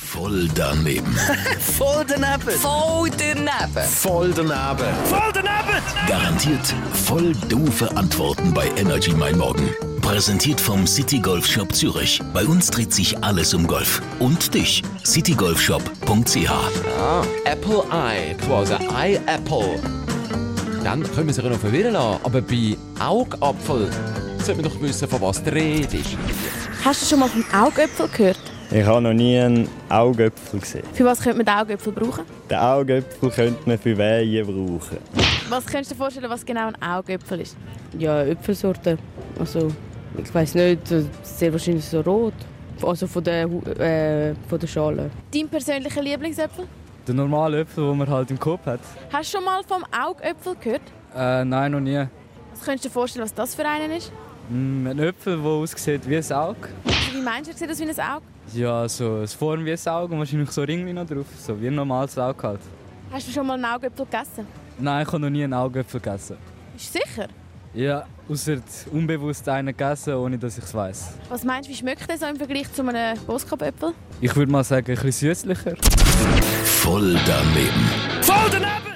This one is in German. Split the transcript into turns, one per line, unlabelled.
Voll daneben.
Voll daneben.
Voll daneben.
Voll daneben.
Voll daneben.
Garantiert voll doofe Antworten bei Energy Mein Morgen. Präsentiert vom City Golf Shop Zürich. Bei uns dreht sich alles um Golf. Und dich, citygolfshop.ch.
Apple Eye, quasi Eye Apple. Dann können wir sich noch verwirren lassen. Aber bei Augapfel sollte man doch wissen, von was die Rede ist.
Hast du schon mal vom Augöpfel gehört?
Ich habe noch nie einen Augöpfel gesehen.
Für was könnte man den Augöpfel brauchen?
Den Augöpfel könnte man für Wehen brauchen.
Was könntest du dir vorstellen, was genau ein Augöpfel ist?
Ja, Äpfelsorte. Also, ich weiß nicht, äh, sehr wahrscheinlich so rot. Also von der, Hu- äh, von der Schale.
Dein persönlicher Lieblingsäpfel?
Der normale Äpfel, den man halt im Kopf hat?
Hast du schon mal vom Augöpfel gehört?
Äh, nein, noch nie.
Was könntest du dir vorstellen, was das für einen ist?
Mm, ein Äpfel, der aussieht wie ein Auge.
Also, wie meinst du, sieht das wie ein Auge?
Ja, so eine Form wie ein Auge und wahrscheinlich so Ringli noch drauf. So wie ein normales Auge halt.
Hast du schon mal einen Augöpfel gegessen?
Nein, ich habe noch nie einen Augäpfel gegessen.
Bist du sicher?
Ja, außer unbewusst einen gegessen, ohne dass ich es weiss.
Was meinst du, wie schmeckt der so im Vergleich zu einem Boskop-Äpfel?
Ich würde mal sagen, ein bisschen süßlicher.
Voll daneben.
Voll daneben.